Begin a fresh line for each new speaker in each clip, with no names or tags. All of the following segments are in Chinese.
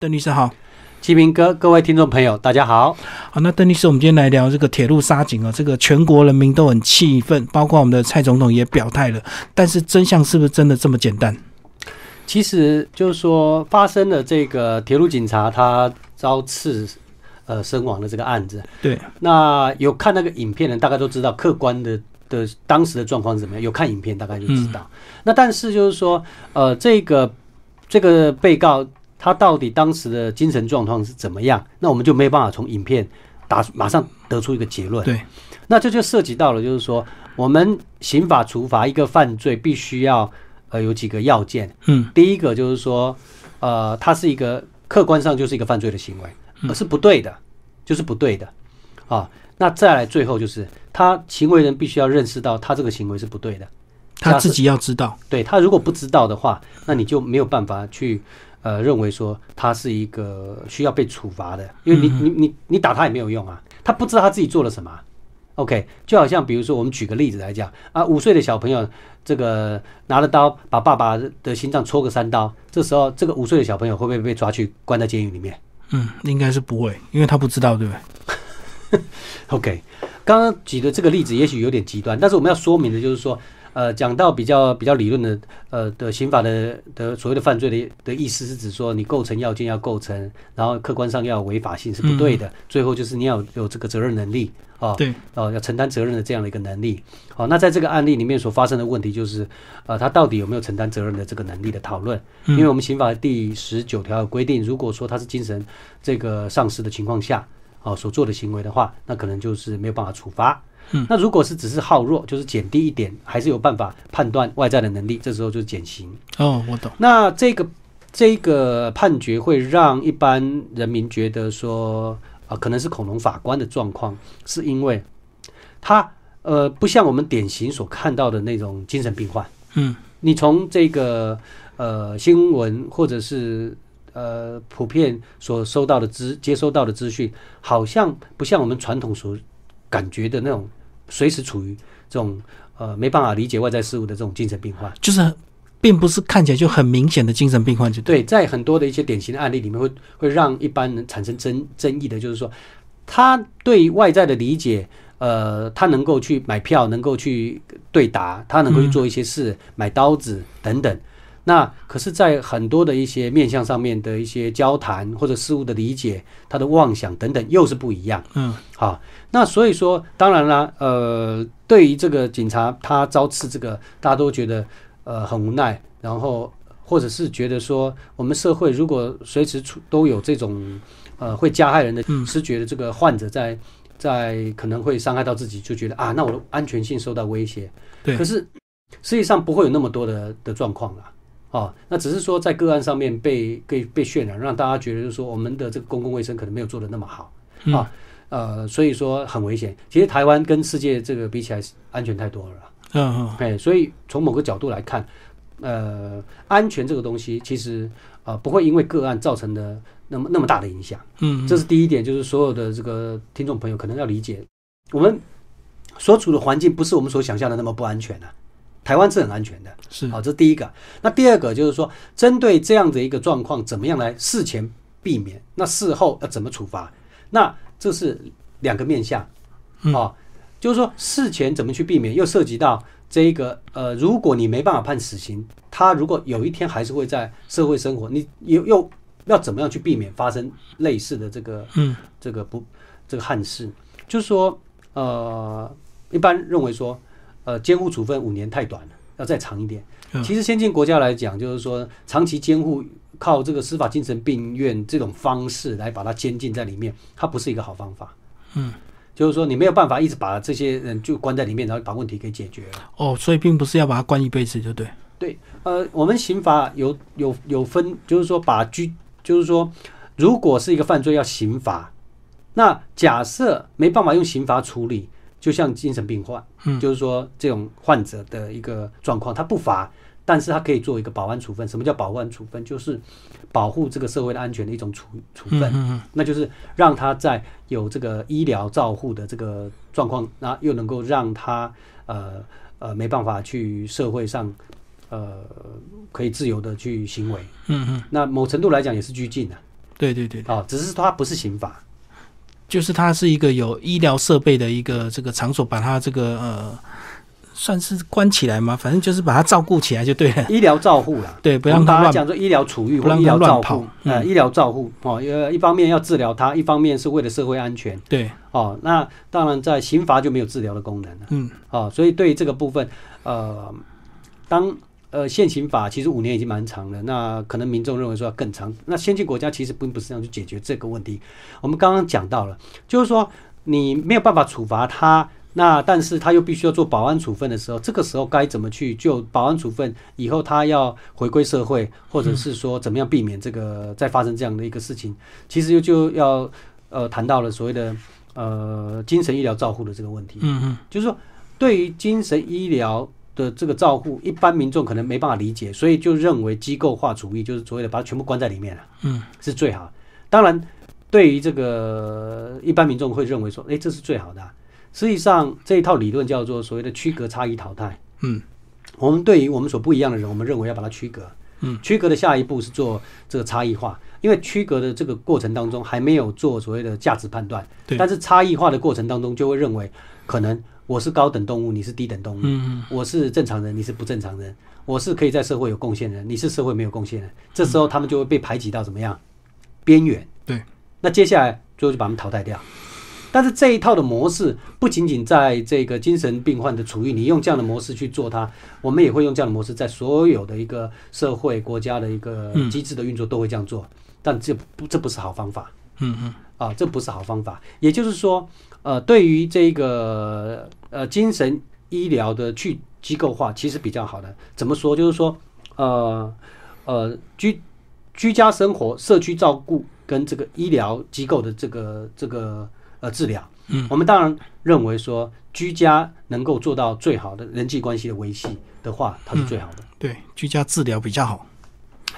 邓律师好，
齐平哥，各位听众朋友，大家好。
好，那邓律师，我们今天来聊这个铁路沙井哦，这个全国人民都很气愤，包括我们的蔡总统也表态了，但是真相是不是真的这么简单？
其实就是说，发生了这个铁路警察他遭刺呃身亡的这个案子，
对，
那有看那个影片的大概都知道客观的的当时的状况是怎么样，有看影片大概就知道。那但是就是说，呃，这个这个被告他到底当时的精神状况是怎么样，那我们就没办法从影片打马上得出一个结论。
对，
那这就涉及到了，就是说我们刑法处罚一个犯罪必须要呃有几个要件。
嗯，
第一个就是说，呃，它是一个客观上就是一个犯罪的行为，而是不对的，就是不对的啊。那再来最后就是，他行为人必须要认识到他这个行为是不对的。
他
假设
自己要知道，
对他如果不知道的话，那你就没有办法去呃认为说他是一个需要被处罚的，因为你你你你打他也没有用啊，他不知道他自己做了什么啊、OK，就好像比如说我们举个例子来讲啊，五岁的小朋友这个拿了刀把爸爸的心脏戳个三刀，这时候这个五岁的小朋友会不会被抓去关在监狱里面
嗯，应该是不会，因为他不知道，对不对？
？OK，刚刚举的这个例子也许有点极端，但是我们要说明的就是说。呃，讲到比较比较理论的，呃的刑法的的所谓的犯罪的的意思是指说，你构成要件要构成，然后客观上要有违法性是不对的，最后就是你要有有这个责任能力啊，
对，
哦，要承担责任的这样的一个能力。好、那在这个案例里面所发生的问题就是，呃，他到底有没有承担责任的这个能力的讨论？因为我们刑法第十九条有规定，如果说他是精神这个丧失的情况下，哦所做的行为的话，那可能就是没有办法处罚。
嗯
那如果是只是好弱，就是减低一点，还是有办法判断外在的能力，这时候就是减刑。
哦，我懂，
那这个这个判决会让一般人民觉得说，啊、可能是恐龙法官的状况，是因为他呃不像我们典型所看到的那种精神病患。
嗯，
你从这个呃新闻或者是呃普遍所收到的资接收到的资讯，好像不像我们传统所感觉的那种随时处于这种呃没办法理解外在事物的这种精神病患。
就是并不是看起来就很明显的精神病患，就对，
对，在很多的一些典型的案例里面会，会让一般人产生争争议的，就是说，他对外在的理解，呃，他能够去买票，能够去对答，他能够去做一些事，买刀子等等。那可是，在很多的一些面向上面的一些交谈或者事物的理解，他的妄想等等又是不一样。
嗯，
好，那所以说，当然啦，呃，对于这个警察他遭刺这个，大家都觉得呃很无奈，然后或者是觉得说，我们社会如果随时出都有这种呃会加害人的失觉的这个患者在在可能会伤害到自己，就觉得啊，那我的安全性受到威胁。
对
可是实际上不会有那么多的的状况啦。哦，那只是说在个案上面被被被渲染，让大家觉得就是说我们的这个公共卫生可能没有做的那么好啊，呃，所以说很危险。其实台湾跟世界这个比起来，安全太多了啦。
嗯嗯，
哎，所以从某个角度来看，呃，安全这个东西其实呃不会因为个案造成的那么那么大的影响，
嗯，
这是第一点，就是所有的这个听众朋友可能要理解，我们所处的环境不是我们所想象的那么不安全啊，台湾是很安全的，
是
好，这是第一个。那第二个就是说，针对这样的一个状况，怎么样来事前避免？那事后要怎么处罚？那这是两个面向，
嗯
哦，就是说事前怎么去避免，又涉及到这一个呃，如果你没办法判死刑，他如果有一天还是会在社会生活，你又又要怎么样去避免发生类似的这个
嗯
这个不这个憾事？就是说，呃，一般认为说，呃，监护处分五年太短了，要再长一点。
嗯
其实先进国家来讲，就是说长期监护靠这个司法精神病院这种方式来把它监禁在里面，它不是一个好方法。
嗯，
就是说你没有办法一直把这些人就关在里面，然后把问题给解决了。
哦，所以并不是要把他关一辈子，就对，
对，呃，我们刑法有有有分，就是说把拘，就是说，如果是一个犯罪要刑罚，那假设没办法用刑罚处理，就像精神病患，
嗯
就是说这种患者的一个状况，他不罚，但是他可以做一个保安处分。什么叫保安处分？就是保护这个社会的安全的一种处处
嗯
分。
嗯
那就是让他在有这个医疗照护的这个状况，那又能够让他呃呃没办法去社会上呃可以自由的去行为，
嗯嗯
那某程度来讲也是拘禁啊。
对对对，
啊，只是它不是刑法，
就是它是一个有医疗设备的一个这个场所，把它这个呃算是关起来嘛，反正就是把它照顾起来就对了，
医疗照护啦。
对，不
我
让
们把
它
它
乱。
讲做医疗处遇
不
或
让
医
它
疗
乱
照
跑
护，呃，
嗯
医疗照护哦，呃，一方面要治疗它，一方面是为了社会安全
对，
哦。那当然，在刑罚就没有治疗的功能了
嗯，
哦，所以对于这个部分，呃，当呃现行法其实五年已经蛮长了，那可能民众认为说要更长。那先进国家其实并不是这样去解决这个问题。我们刚刚讲到了，就是说你没有办法处罚他。那但是他又必须要做保安处分的时候，这个时候该怎么去就保安处分？以后他要回归社会，或者是说怎么样避免这个再发生这样的一个事情，其实就要呃谈到了所谓的呃精神医疗照护的这个问题。
嗯嗯，
就是说，对于精神医疗的这个照护，一般民众可能没办法理解，所以就认为机构化主义就是所谓的把它全部关在里面了，
嗯，
是最好。当然，对于这个一般民众会认为说，诶，这是最好的啊、实际上，这一套理论叫做所谓的区隔差异淘汰。
嗯，
我们对于我们所不一样的人，我们认为要把它区隔。
嗯，
区隔的下一步是做这个差异化，因为区隔的这个过程当中还没有做所谓的价值判断，
对
但是差异化的过程当中就会认为可能我是高等动物，你是低等动物，
嗯
我是正常人，你是不正常人，我是可以在社会有贡献的人，你是社会没有贡献的人，这时候他们就会被排挤到怎么样边缘？
对，
那接下来最后就把他们淘汰掉。但是这一套的模式不仅仅在这个精神病患的处遇，你用这样的模式去做它，我们也会用这样的模式在所有的一个社会、国家的一个
嗯
机制的运作都会这样做，但这不这不是好方法。
嗯嗯
啊，这不是好方法。也就是说，呃，对于这个呃精神医疗的去机构化，其实比较好的。怎么说？就是说，呃呃，居居家生活、社区照顾跟这个医疗机构的这个这个呃治疗，
嗯，
我们当然认为说居家能够做到最好的人际关系的维系的话，它是最好的。
嗯，对，居家治疗比较好。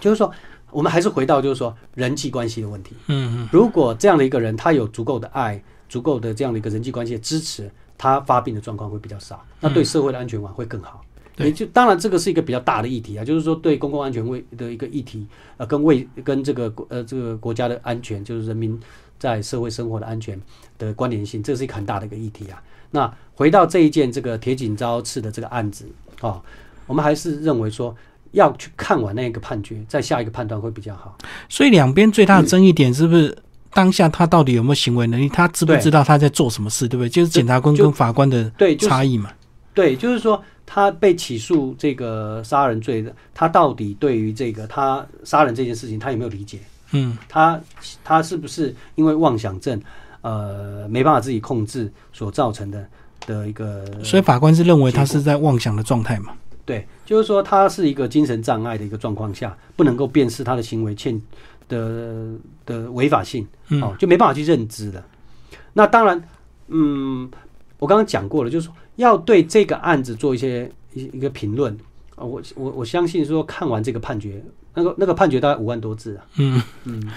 就是说，我们还是回到就是说人际关系的问题。
嗯
如果这样的一个人，他有足够的爱，足够的这样的一个人际关系的支持，他发病的状况会比较少，那对社会的安全网会更好。
对
也就当然这个是一个比较大的议题啊，就是说对公共安全卫的一个议题，呃，跟卫跟这个国呃这个国家的安全，就是人民在社会生活的安全的关联性，这是一个很大的一个议题啊。那回到这一件这个铁井昭次的这个案子啊、哦，我们还是认为说要去看完那个判决，再下一个判断会比较好。
嗯，所以两边最大的争议点是不是当下他到底有没有行为能力，他知不
对
知道他在做什么事，对不对？就是检察官
就
跟法官的
对，就是
差异嘛。
对，就是说他被起诉这个杀人罪的，他到底对于这个他杀人这件事情，他有没有理解？
嗯
他他是不是因为妄想症，呃，没办法自己控制所造成的的一个？
所以法官是认为他是在妄想的状态嘛？
对，就是说他是一个精神障碍的一个状况下，不能够辨识他的行为欠的的违法性。哦
嗯，
就没办法去认知了。那当然，嗯，我刚刚讲过了，就是说要对这个案子做一些一一个评论啊。我我我相信说看完这个判决，那个那个判决大概五万多字啊，
嗯，
嗯，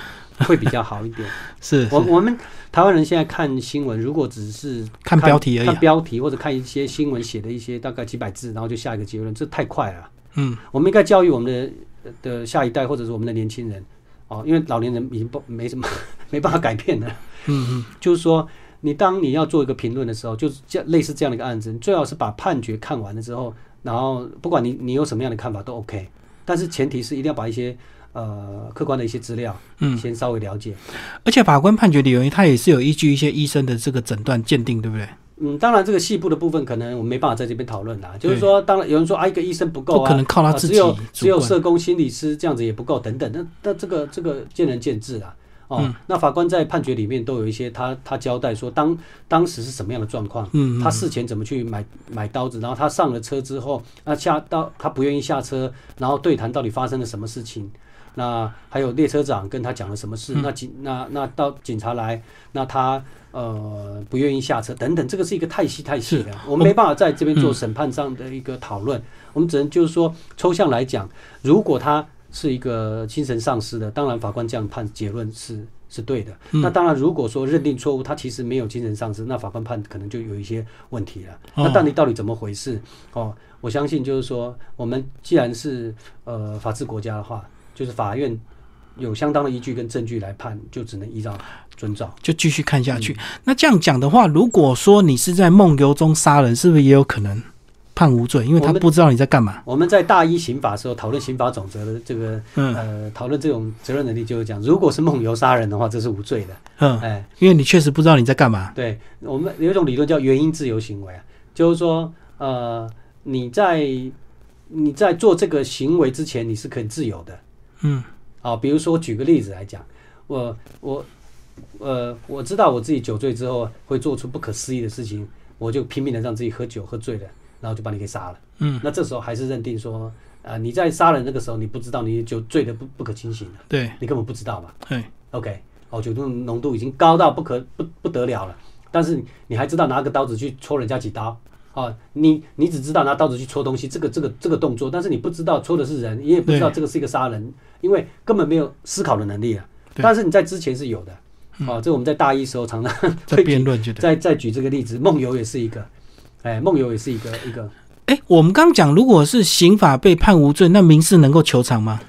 会比较好一点。
是
我
是
我们台湾人现在看新闻，如果只是
看标题而已
看
啊。
标题或者看一些新闻写的一些大概几百字，然后就下一个结论，这太快了。
嗯
我们应该教育我们的呃的下一代，或者是我们的年轻人哦，因为老年人已经不没什么 没办法改变了。
嗯
就是说，你当你要做一个评论的时候，就是这类似这样的一个案子，你最好是把判决看完了之后，然后不管你你有什么样的看法都 OK，但是前提是一定要把一些呃客观的一些资料
嗯
先稍微了解。
嗯，而且法官判决理由，他也是有依据一些医生的这个诊断鉴定，对不对？
嗯，当然这个细部的部分可能我们没办法在这边讨论啦。就是说，当然有人说啊，一个医生不够
不
啊，
可能靠他
啊
自
只
己
有只有
主观
社工、心理师这样子也不够，等等。那那这个这个见仁见智啊。哦，
嗯
那法官在判决里面都有一些他他交代说当当时是什么样的状况，
嗯，嗯
他事前怎么去买买刀子，然后他上了车之后，那下到他不愿意下车，然后对谈到底发生了什么事情？那还有列车长跟他讲了什么
嗯
事？那警那那到警察来，那他呃不愿意下车等等，这个是一个太细太细了，啊我们没办法在这边
嗯
做审判上的一个讨论，我们只能就是说抽象来讲，如果他是一个精神丧失的，当然法官这样判结论是是对的。
嗯
那当然，如果说认定错误，他其实没有精神丧失，那法官判可能就有一些问题了。
哦
那到底到底怎么回事？哦，我相信就是说，我们既然是呃法治国家的话，就是法院有相当的依据跟证据来判，就只能依照遵照。
就继续看下
嗯
去。那这样讲的话，如果说你是在梦游中杀人，是不是也有可能判无罪？因为
我
他
们
不知道你在干嘛。
我们在大一刑法的时候讨论刑法总则的这个
嗯
呃讨论这种责任能力，就是讲，如果是梦游杀人的话，这是无罪的。
嗯，
哎，
因为你确实不知道你在干嘛。
对我们有一种理论叫原因自由行为啊，就是说呃你在你在做这个行为之前，你是可以自由的。
嗯
啊，比如说我举个例子来讲，我我呃，我知道我自己酒醉之后会做出不可思议的事情，我就拼命的让自己喝酒喝醉了，然后就把你给杀了。
嗯，
那这时候还是认定说，啊、你在杀人那个时候你不知道你酒醉的不不可清醒了，
对，
你根本不知道嘛。
对，
OK，哦，酒精浓度已经高到不可不不得了了，但是你还知道拿个刀子去戳人家几刀。啊，你你只知道拿刀子去戳东西，这个这个这个动作，但是你不知道戳的是人，你也不知道
对
这个是一个杀人，因为根本没有思考的能力啊。
对嗯
但是你在之前是有的，啊，这我们在大一时候常常
在
会举
辩论就对。
再再举这个例子，梦游也是一个，哎，梦游也是一个一个，
哎，我们刚讲，如果是刑法被判无罪，那民事能够求偿吗？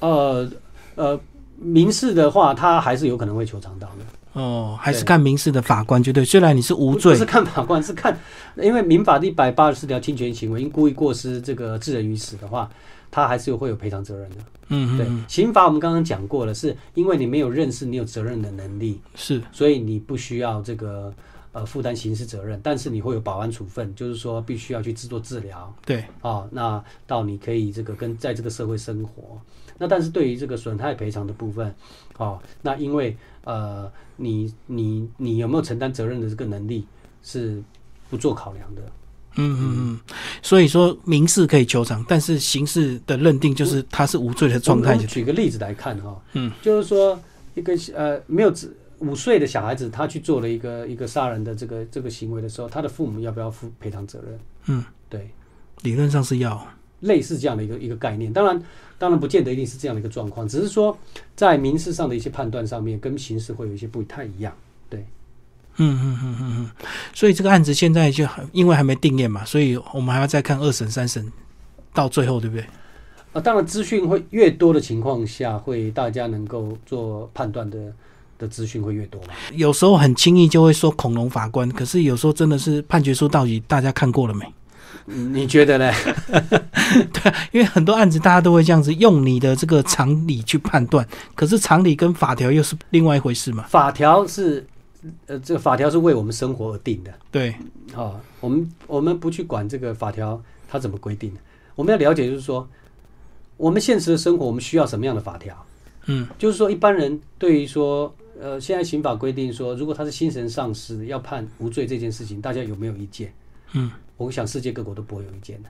呃呃，民事的话，他还是有可能会求偿到的。
哦，还是
对
看民事的法官就对。虽然你是无
不不
罪
是，看法官，是看，因为民法第一百八十四条侵权行为因故意过失这个致人于死的话，他还是有会有赔偿责任的。
嗯嗯
对，
嗯，
刑法我们刚刚讲过了，是因为你没有认识你有责任的能力，
是
所以你不需要这个呃负担刑事责任，但是你会有保安处分，就是说必须要去制作治疗
对，
啊、那到你可以这个跟在这个社会生活。那但是对于这个损害赔偿的部分，哦，那因为呃你你你有没有承担责任的这个能力是不做考量的，
嗯嗯嗯。所以说民事可以求偿，但是刑事的认定就是他是无罪的状态
我
就
们
对。
举个例子来看哈、
嗯，
就是说一个呃没有子五岁的小孩子，他去做了一个一个杀人的这个这个行为的时候，他的父母要不要负赔偿责任？
嗯，
对，
理论上是要。
类似这样的一个一个概念。当然，当然不见得一定是这样的一个状况，只是说在民事上的一些判断上面，跟刑事会有一些不太一样。对，
嗯嗯嗯嗯嗯，所以这个案子现在就还因为还没定验嘛，所以我们还要再看二审、三审到最后，对不对？
啊，当然资讯会越多的情况下，会大家能够做判断的的资讯会越多嘛。
有时候很轻易就会说恐龙法官，可是有时候真的是判决书到底大家看过了没？
嗯你觉得呢？
因为很多案子大家都会这样子用你的这个常理去判断，可是常理跟法条又是另外一回事嘛。
法条是，呃，这个法条是为我们生活而定的。
对，
啊，我们我们不去管这个法条它怎么规定的，我们要了解就是说，我们现实的生活我们需要什么样的法条？
嗯
就是说一般人对于说，呃，现在刑法规定说，如果他是精神丧失要判无罪这件事情，大家有没有意见？
嗯，
我想世界各国都不会有意见的。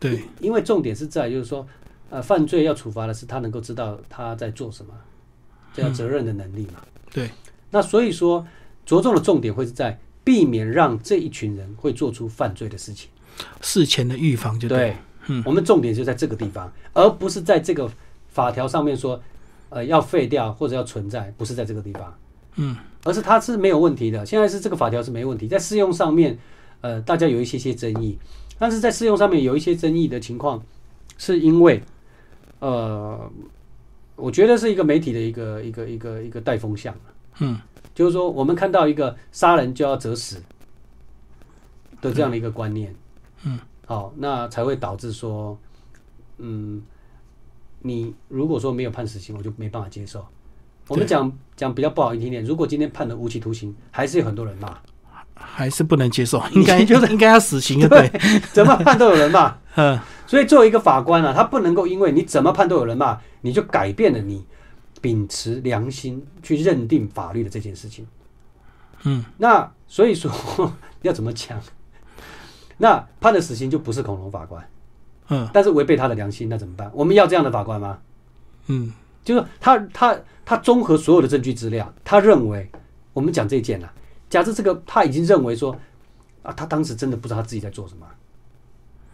对，
因为重点是在就是说，呃，犯罪要处罚的是他能够知道他在做什么，这叫责任的能力嘛。
对，
那所以说，着重的重点会是在避免让这一群人会做出犯罪的事情。
事前的预防就对。嗯
对，我们重点就在这个地方，而不是在这个法条上面说，呃，要废掉或者要存在，不是在这个地方，
嗯，
而是它是没有问题的。现在是这个法条是没问题，在适用上面，呃，大家有一些些争议，但是在适用上面有一些争议的情况，是因为，呃，我觉得是一个媒体的一个一个一个一个带风向。啊
嗯，
就是说我们看到一个杀人就要责死的这样的一个观念，
嗯，
好、那才会导致说，嗯，你如果说没有判死刑，我就没办法接受。我们
对
讲讲比较不好听点，如果今天判了无期徒刑，还是有很多人骂，
还是不能接受，应该
你
就是应该要死刑就对。
怎么判都有人骂。
嗯，
所以作为一个法官啊，他不能够因为你怎么判都有人骂，你就改变了你秉持良心去认定法律的这件事情。
嗯，
那所以说 要怎么讲？那判了死刑就不是恐龙法官，
嗯
但是违背他的良心，那怎么办？我们要这样的法官吗？
嗯，
就是他他他综合所有的证据资料，他认为我们讲这件啊，假设这个他已经认为说啊，他当时真的不知道他自己在做什么，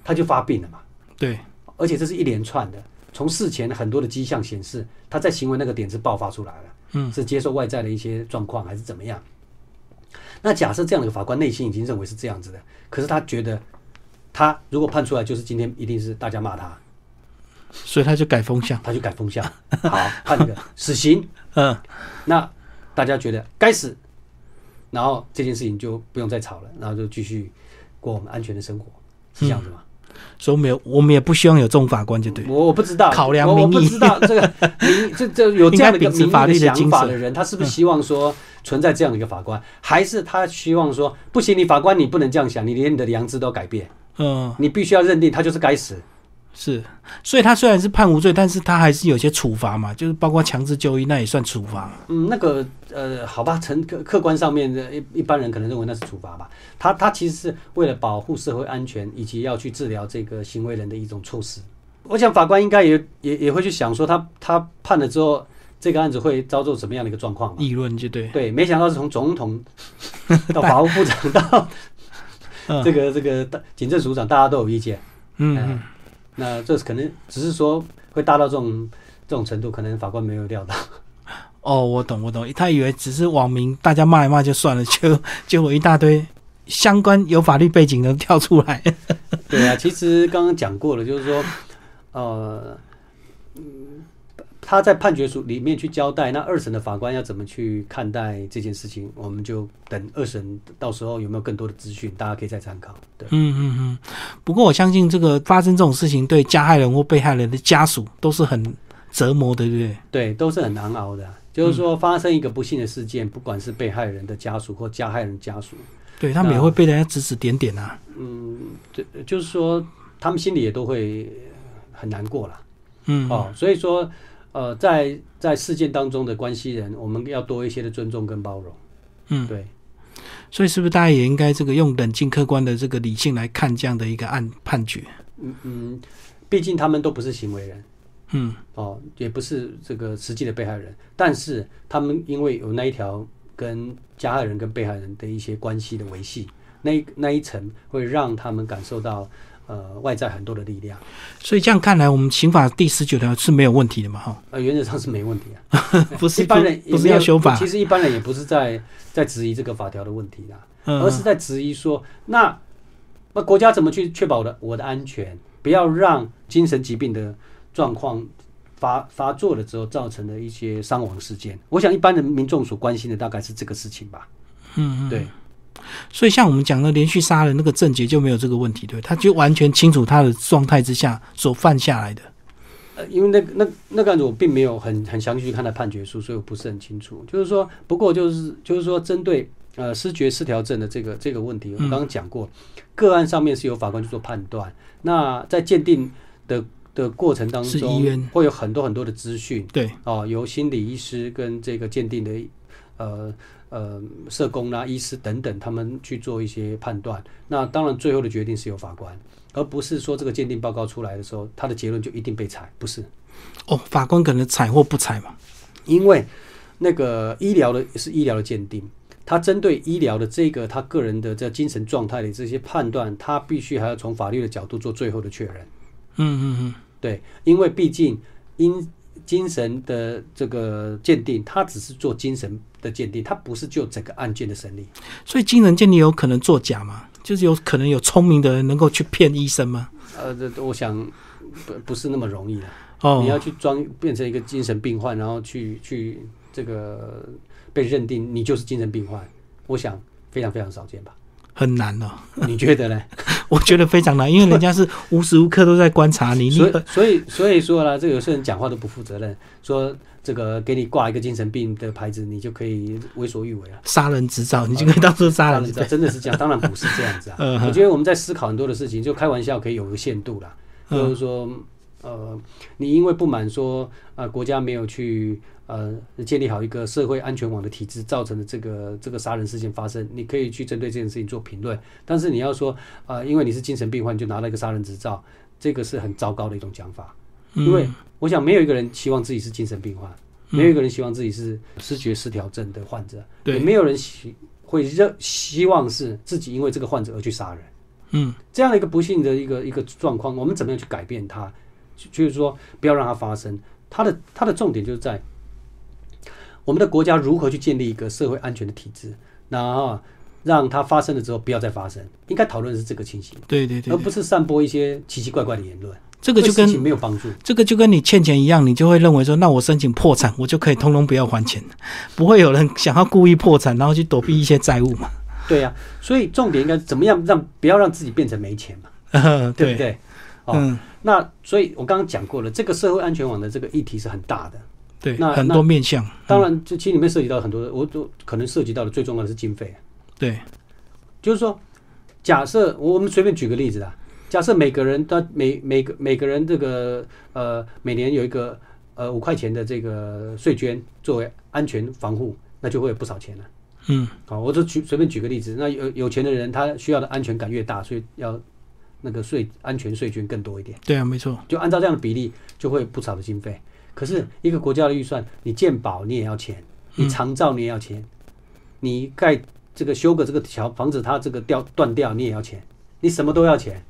他就发病了嘛。
对，
而且这是一连串的，从事前很多的迹象显示，他在行为那个点是爆发出来了，
嗯
是接受外在的一些状况还是怎么样？那假设这样的一个法官内心已经认为是这样子的，可是他觉得他如果判出来就是今天一定是大家骂他，
所以他就改风向。
他就改风向，好判个死刑。
嗯，
那大家觉得该死，然后这件事情就不用再吵了，然后就继续过我们安全的生活，是这样子吗？
所以我们也我们也不希望有这种法官，就对。
我我不知道
嗯考量
我我
民
不
意
知道这个民 这这有这样的一
应该
个
秉持
民
法律
意
的精
想法
神
的人，他是不是希望说存在这样的一个法官，还是他希望说不行，你法官你不能这样想，你连你的良知都改变，
嗯，
你必须要认定他就是该死。
是。所以他虽然是判无罪，但是他还是有些处罚嘛，就是包括强制就医，那也算处罚。
嗯，那个呃，好吧，从客客观上面的一一般人可能认为那是处罚吧。他他其实是为了保护社会安全，以及要去治疗这个行为人的一种措施。我想法官应该也也也会去想说他，他判了之后，这个案子会遭受怎么样的一个状况嘛？
议论就对。
对，没想到是从总统到法务部长到
嗯
这个这个大警政署长，大家都有意见。
嗯
哎
嗯，
那这可能只是说会大到这种这种程度，可能法官没有料到。
哦，我懂我懂，他以为只是网民大家骂一骂就算了，就结果一大堆相关有法律背景的跳出来。
对啊，其实刚刚讲过了，就是说，呃，嗯，他在判决书里面去交代，那二审的法官要怎么去看待这件事情，我们就等二审到时候有没有更多的资讯，大家可以再参考。对，
嗯嗯嗯。不过我相信这个发生这种事情，对加害人或被害人的家属都是很折磨的，对不对？
对，都是很难熬的。啊就是说，发生一个不幸的事件，不管是被害人的家属或加害人家属，
对他们也
那
会被人家指指点点啊。
嗯，对，就是说，他们心里也都会很难过啦。
嗯，
哦，所以说，呃，在在事件当中的关系人，我们要多一些的尊重跟包容。
嗯
对，
所以是不是大家也应该这个用冷静客观的这个理性来看这样的一个案判决？
嗯嗯，毕竟他们都不是行为人
嗯
哦，也不是这个实际的被害人，但是他们因为有那一条跟加害人跟被害人的一些关系的维系，那一那一层会让他们感受到呃外在很多的力量，
所以这样看来，我们刑法第十九条是没有问题的嘛？哈，
呃，原则上是没问题啊。
不是
一般人
不
也
不是
没
要
有
修法
其，实一般人也不是在在质疑这个法条的问题啦。
嗯
而是在质疑说，那那国家怎么去确保我的我的安全，不要让精神疾病的状况发发作了之后造成的一些伤亡事件？我想一般的民众所关心的大概是这个事情吧。
嗯嗯。
对，
所以像我们讲的连续杀人那个症结就没有这个问题，对不对，他就完全清楚他的状态之下所犯下来的。
呃，因为那个那那个案子我并没有很很详细去看他判决书，所以我不是很清楚。就是说，不过就是就是说，针对呃失觉失调症的这个这个问题，我
嗯
刚刚讲过，个案上面是由法官去做判断。那在鉴定的的过程当
是医
中
院，
会有很多很多的资讯
对，
哦，由心理医师跟这个鉴定的呃呃社工啦、医师等等，他们去做一些判断。那当然，最后的决定是由法官，而不是说这个鉴定报告出来的时候，他的结论就一定被采，不是。
哦，法官可能采或不采嘛。
因为那个医疗的是医疗的鉴定，他针对医疗的这个他个人的这精神状态的这些判断，他必须还要从法律的角度做最后的确认。
嗯嗯
对，因为毕竟因精神的这个鉴定，它只是做精神的鉴定，它不是就整个案件的审理。
嗯。所以精神鉴定有可能作假嘛？就是有可能有聪明的人能够去骗医生吗？
呃，这这我想不不是那么容易的。
哦，
你要去装变成一个精神病患，然后去去这个被认定你就是精神病患，我想非常非常少见吧？
很难哦。
你觉得呢？
我觉得非常难，因为人家是无时无刻都在观察 你，你呃
所以所以所以说呢，这个有些人讲话都不负责任，说这个给你挂一个精神病的牌子，你就可以为所欲为了。啊
杀人执照，你就可以到处杀人执照。
真的是这样，当然不是这样子
嗯
啊。我觉得我们在思考很多的事情，就开玩笑可以有个限度啦，
嗯
就是说，呃，你因为不满说，呃，国家没有去呃建立好一个社会安全网的体制，造成的这个这个杀人事件发生，你可以去针对这件事情做评论，但是你要说，呃，因为你是精神病患，你就拿了一个杀人执照，这个是很糟糕的一种讲法。 因为
嗯
我想没有一个人希望自己是精神病患，没有一个人希望自己是失觉失调症的患者，
对
也没有人希会认希望是自己因为这个患者而去杀人。
嗯
这样的一个不幸的一个一个状况，我们怎么样去改变它？就就是说，不要让它发生。它的它的重点就是在我们的国家如何去建立一个社会安全的体制，然后让它发生了之后不要再发生。应该讨论的是这个情形，
对对对
而，不是散播一些奇奇怪怪的言论。
这个就
对事
跟
情没有帮助。
这个就跟你欠钱一样，你就会认为说，那我申请破产，我就可以通通不要还钱，不会有人想要故意破产，然后去躲避一些债务嘛？
对呀、所以重点应该是怎么样让不要让自己变成没钱嘛，
呃，
对
对
不，对？哦
嗯，
那所以我刚刚讲过了，这个社会安全网的这个议题是很大的，
对，
那
很多面向，
当然这其实里面涉及到很多的，我就可能涉及到的最重要的是经费，
对，
就是说，假设我我们随便举个例子啊，假设每个人他每每个每个人这个呃每年有一个呃五块钱的这个税捐作为安全防护，那就会有不少钱了、
嗯，
好，我就举随便举个例子，那有有钱的人他需要的安全感越大，所以要那个税安全税捐更多一点。
对啊，没错，
就按照这样的比例，就会有不少的经费。可是
嗯
一个国家的预算，你建保你也要钱，你长照你也要钱，你盖这个修个这个桥房子，它这个掉断掉你也要钱，你什么都要钱。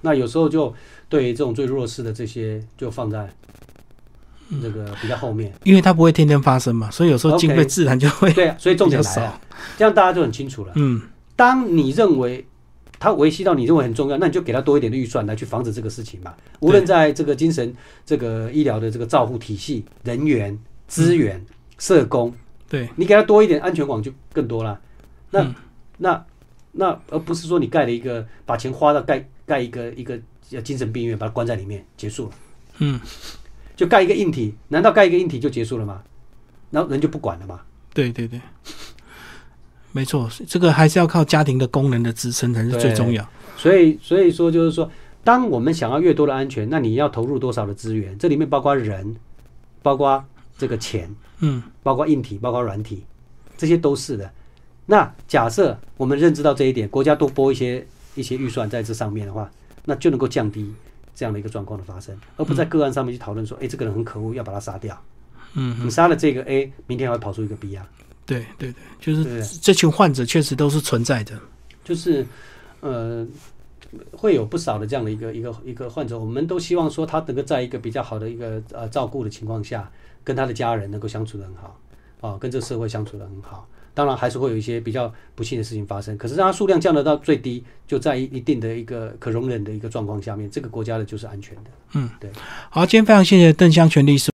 那有时候就对这种最弱势的这些，就放在这个比较后面。
因为它不会天天发生嘛，所以有时候
OK
经费自然就会，
对啊，所以重
哎
点
比较
来
少
了，这样大家就很清楚了。
嗯，
当你认为它维系到你认为很重要，那你就给他多一点的预算来去防止这个事情嘛。无论在这个精神、这个医疗的这个照护体系、人员、资源、社工，
对，
你给他多一点安全网就更多啦。那、
嗯
那那而不是说你盖了一个把钱花到盖盖一个一个呃精神病院，把它关在里面结束了，
嗯，
就盖一个硬体，难道盖一个硬体就结束了吗？然后人就不管了吗？
对对对，没错，这个还是要靠家庭的功能的支撑才是最重要，
所以，所以说就是说，当我们想要越多的安全，那你要投入多少的资源？这里面包括人，包括这个钱，
嗯，
包括硬体，包括软体，这些都是的。那假设我们认知到这一点，国家多拨一些一些预算在这上面的话，那就能够降低这样的一个状况的发生，而不在个案上面去讨论说，哎、这个人很可恶，要把他杀掉。
嗯，
你杀了这个 A，明天还会跑出一个 B 啊。
对对对，就是
对
这群患者确实都是存在的，
就是呃，会有不少的这样的一个一个一个患者，我们都希望说他能够在一个比较好的一个呃照顾的情况下，跟他的家人能够相处的很好，啊、跟这个社会相处的很好。当然还是会有一些比较不幸的事情发生，可是让它数量降得到最低，就在一一定的一个可容忍的一个状况下面，这个国家的就是安全的。
好，今天非常谢谢邓湘全律师。